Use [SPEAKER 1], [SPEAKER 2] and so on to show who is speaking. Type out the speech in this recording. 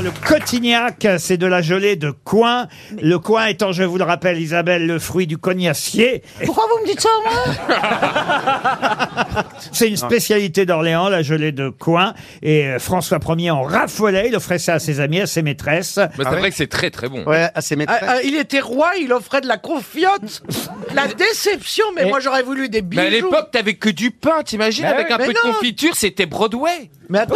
[SPEAKER 1] Le Cotignac, c'est de la gelée de coin. Le coin étant, je vous le rappelle, Isabelle, le fruit du cognacier.
[SPEAKER 2] Pourquoi vous me dites ça, moi
[SPEAKER 1] C'est une spécialité d'Orléans, la gelée de coin. Et euh, François Ier en raffolait. Il offrait ça à ses amis, à ses maîtresses.
[SPEAKER 3] Bah, c'est vrai que c'est très très bon.
[SPEAKER 4] Ouais, assez
[SPEAKER 5] Ah,
[SPEAKER 4] maîtresse.
[SPEAKER 5] ah, il était roi, il offrait de la confiote. La déception, mais moi j'aurais voulu des bijoux.
[SPEAKER 3] Mais à l'époque, t'avais que du pain, t'imagines
[SPEAKER 5] Mais
[SPEAKER 3] Avec
[SPEAKER 5] oui,
[SPEAKER 3] un
[SPEAKER 5] Bah mais
[SPEAKER 3] peu de
[SPEAKER 5] non.
[SPEAKER 3] confiture, c'était Broadway.
[SPEAKER 5] Mais attends,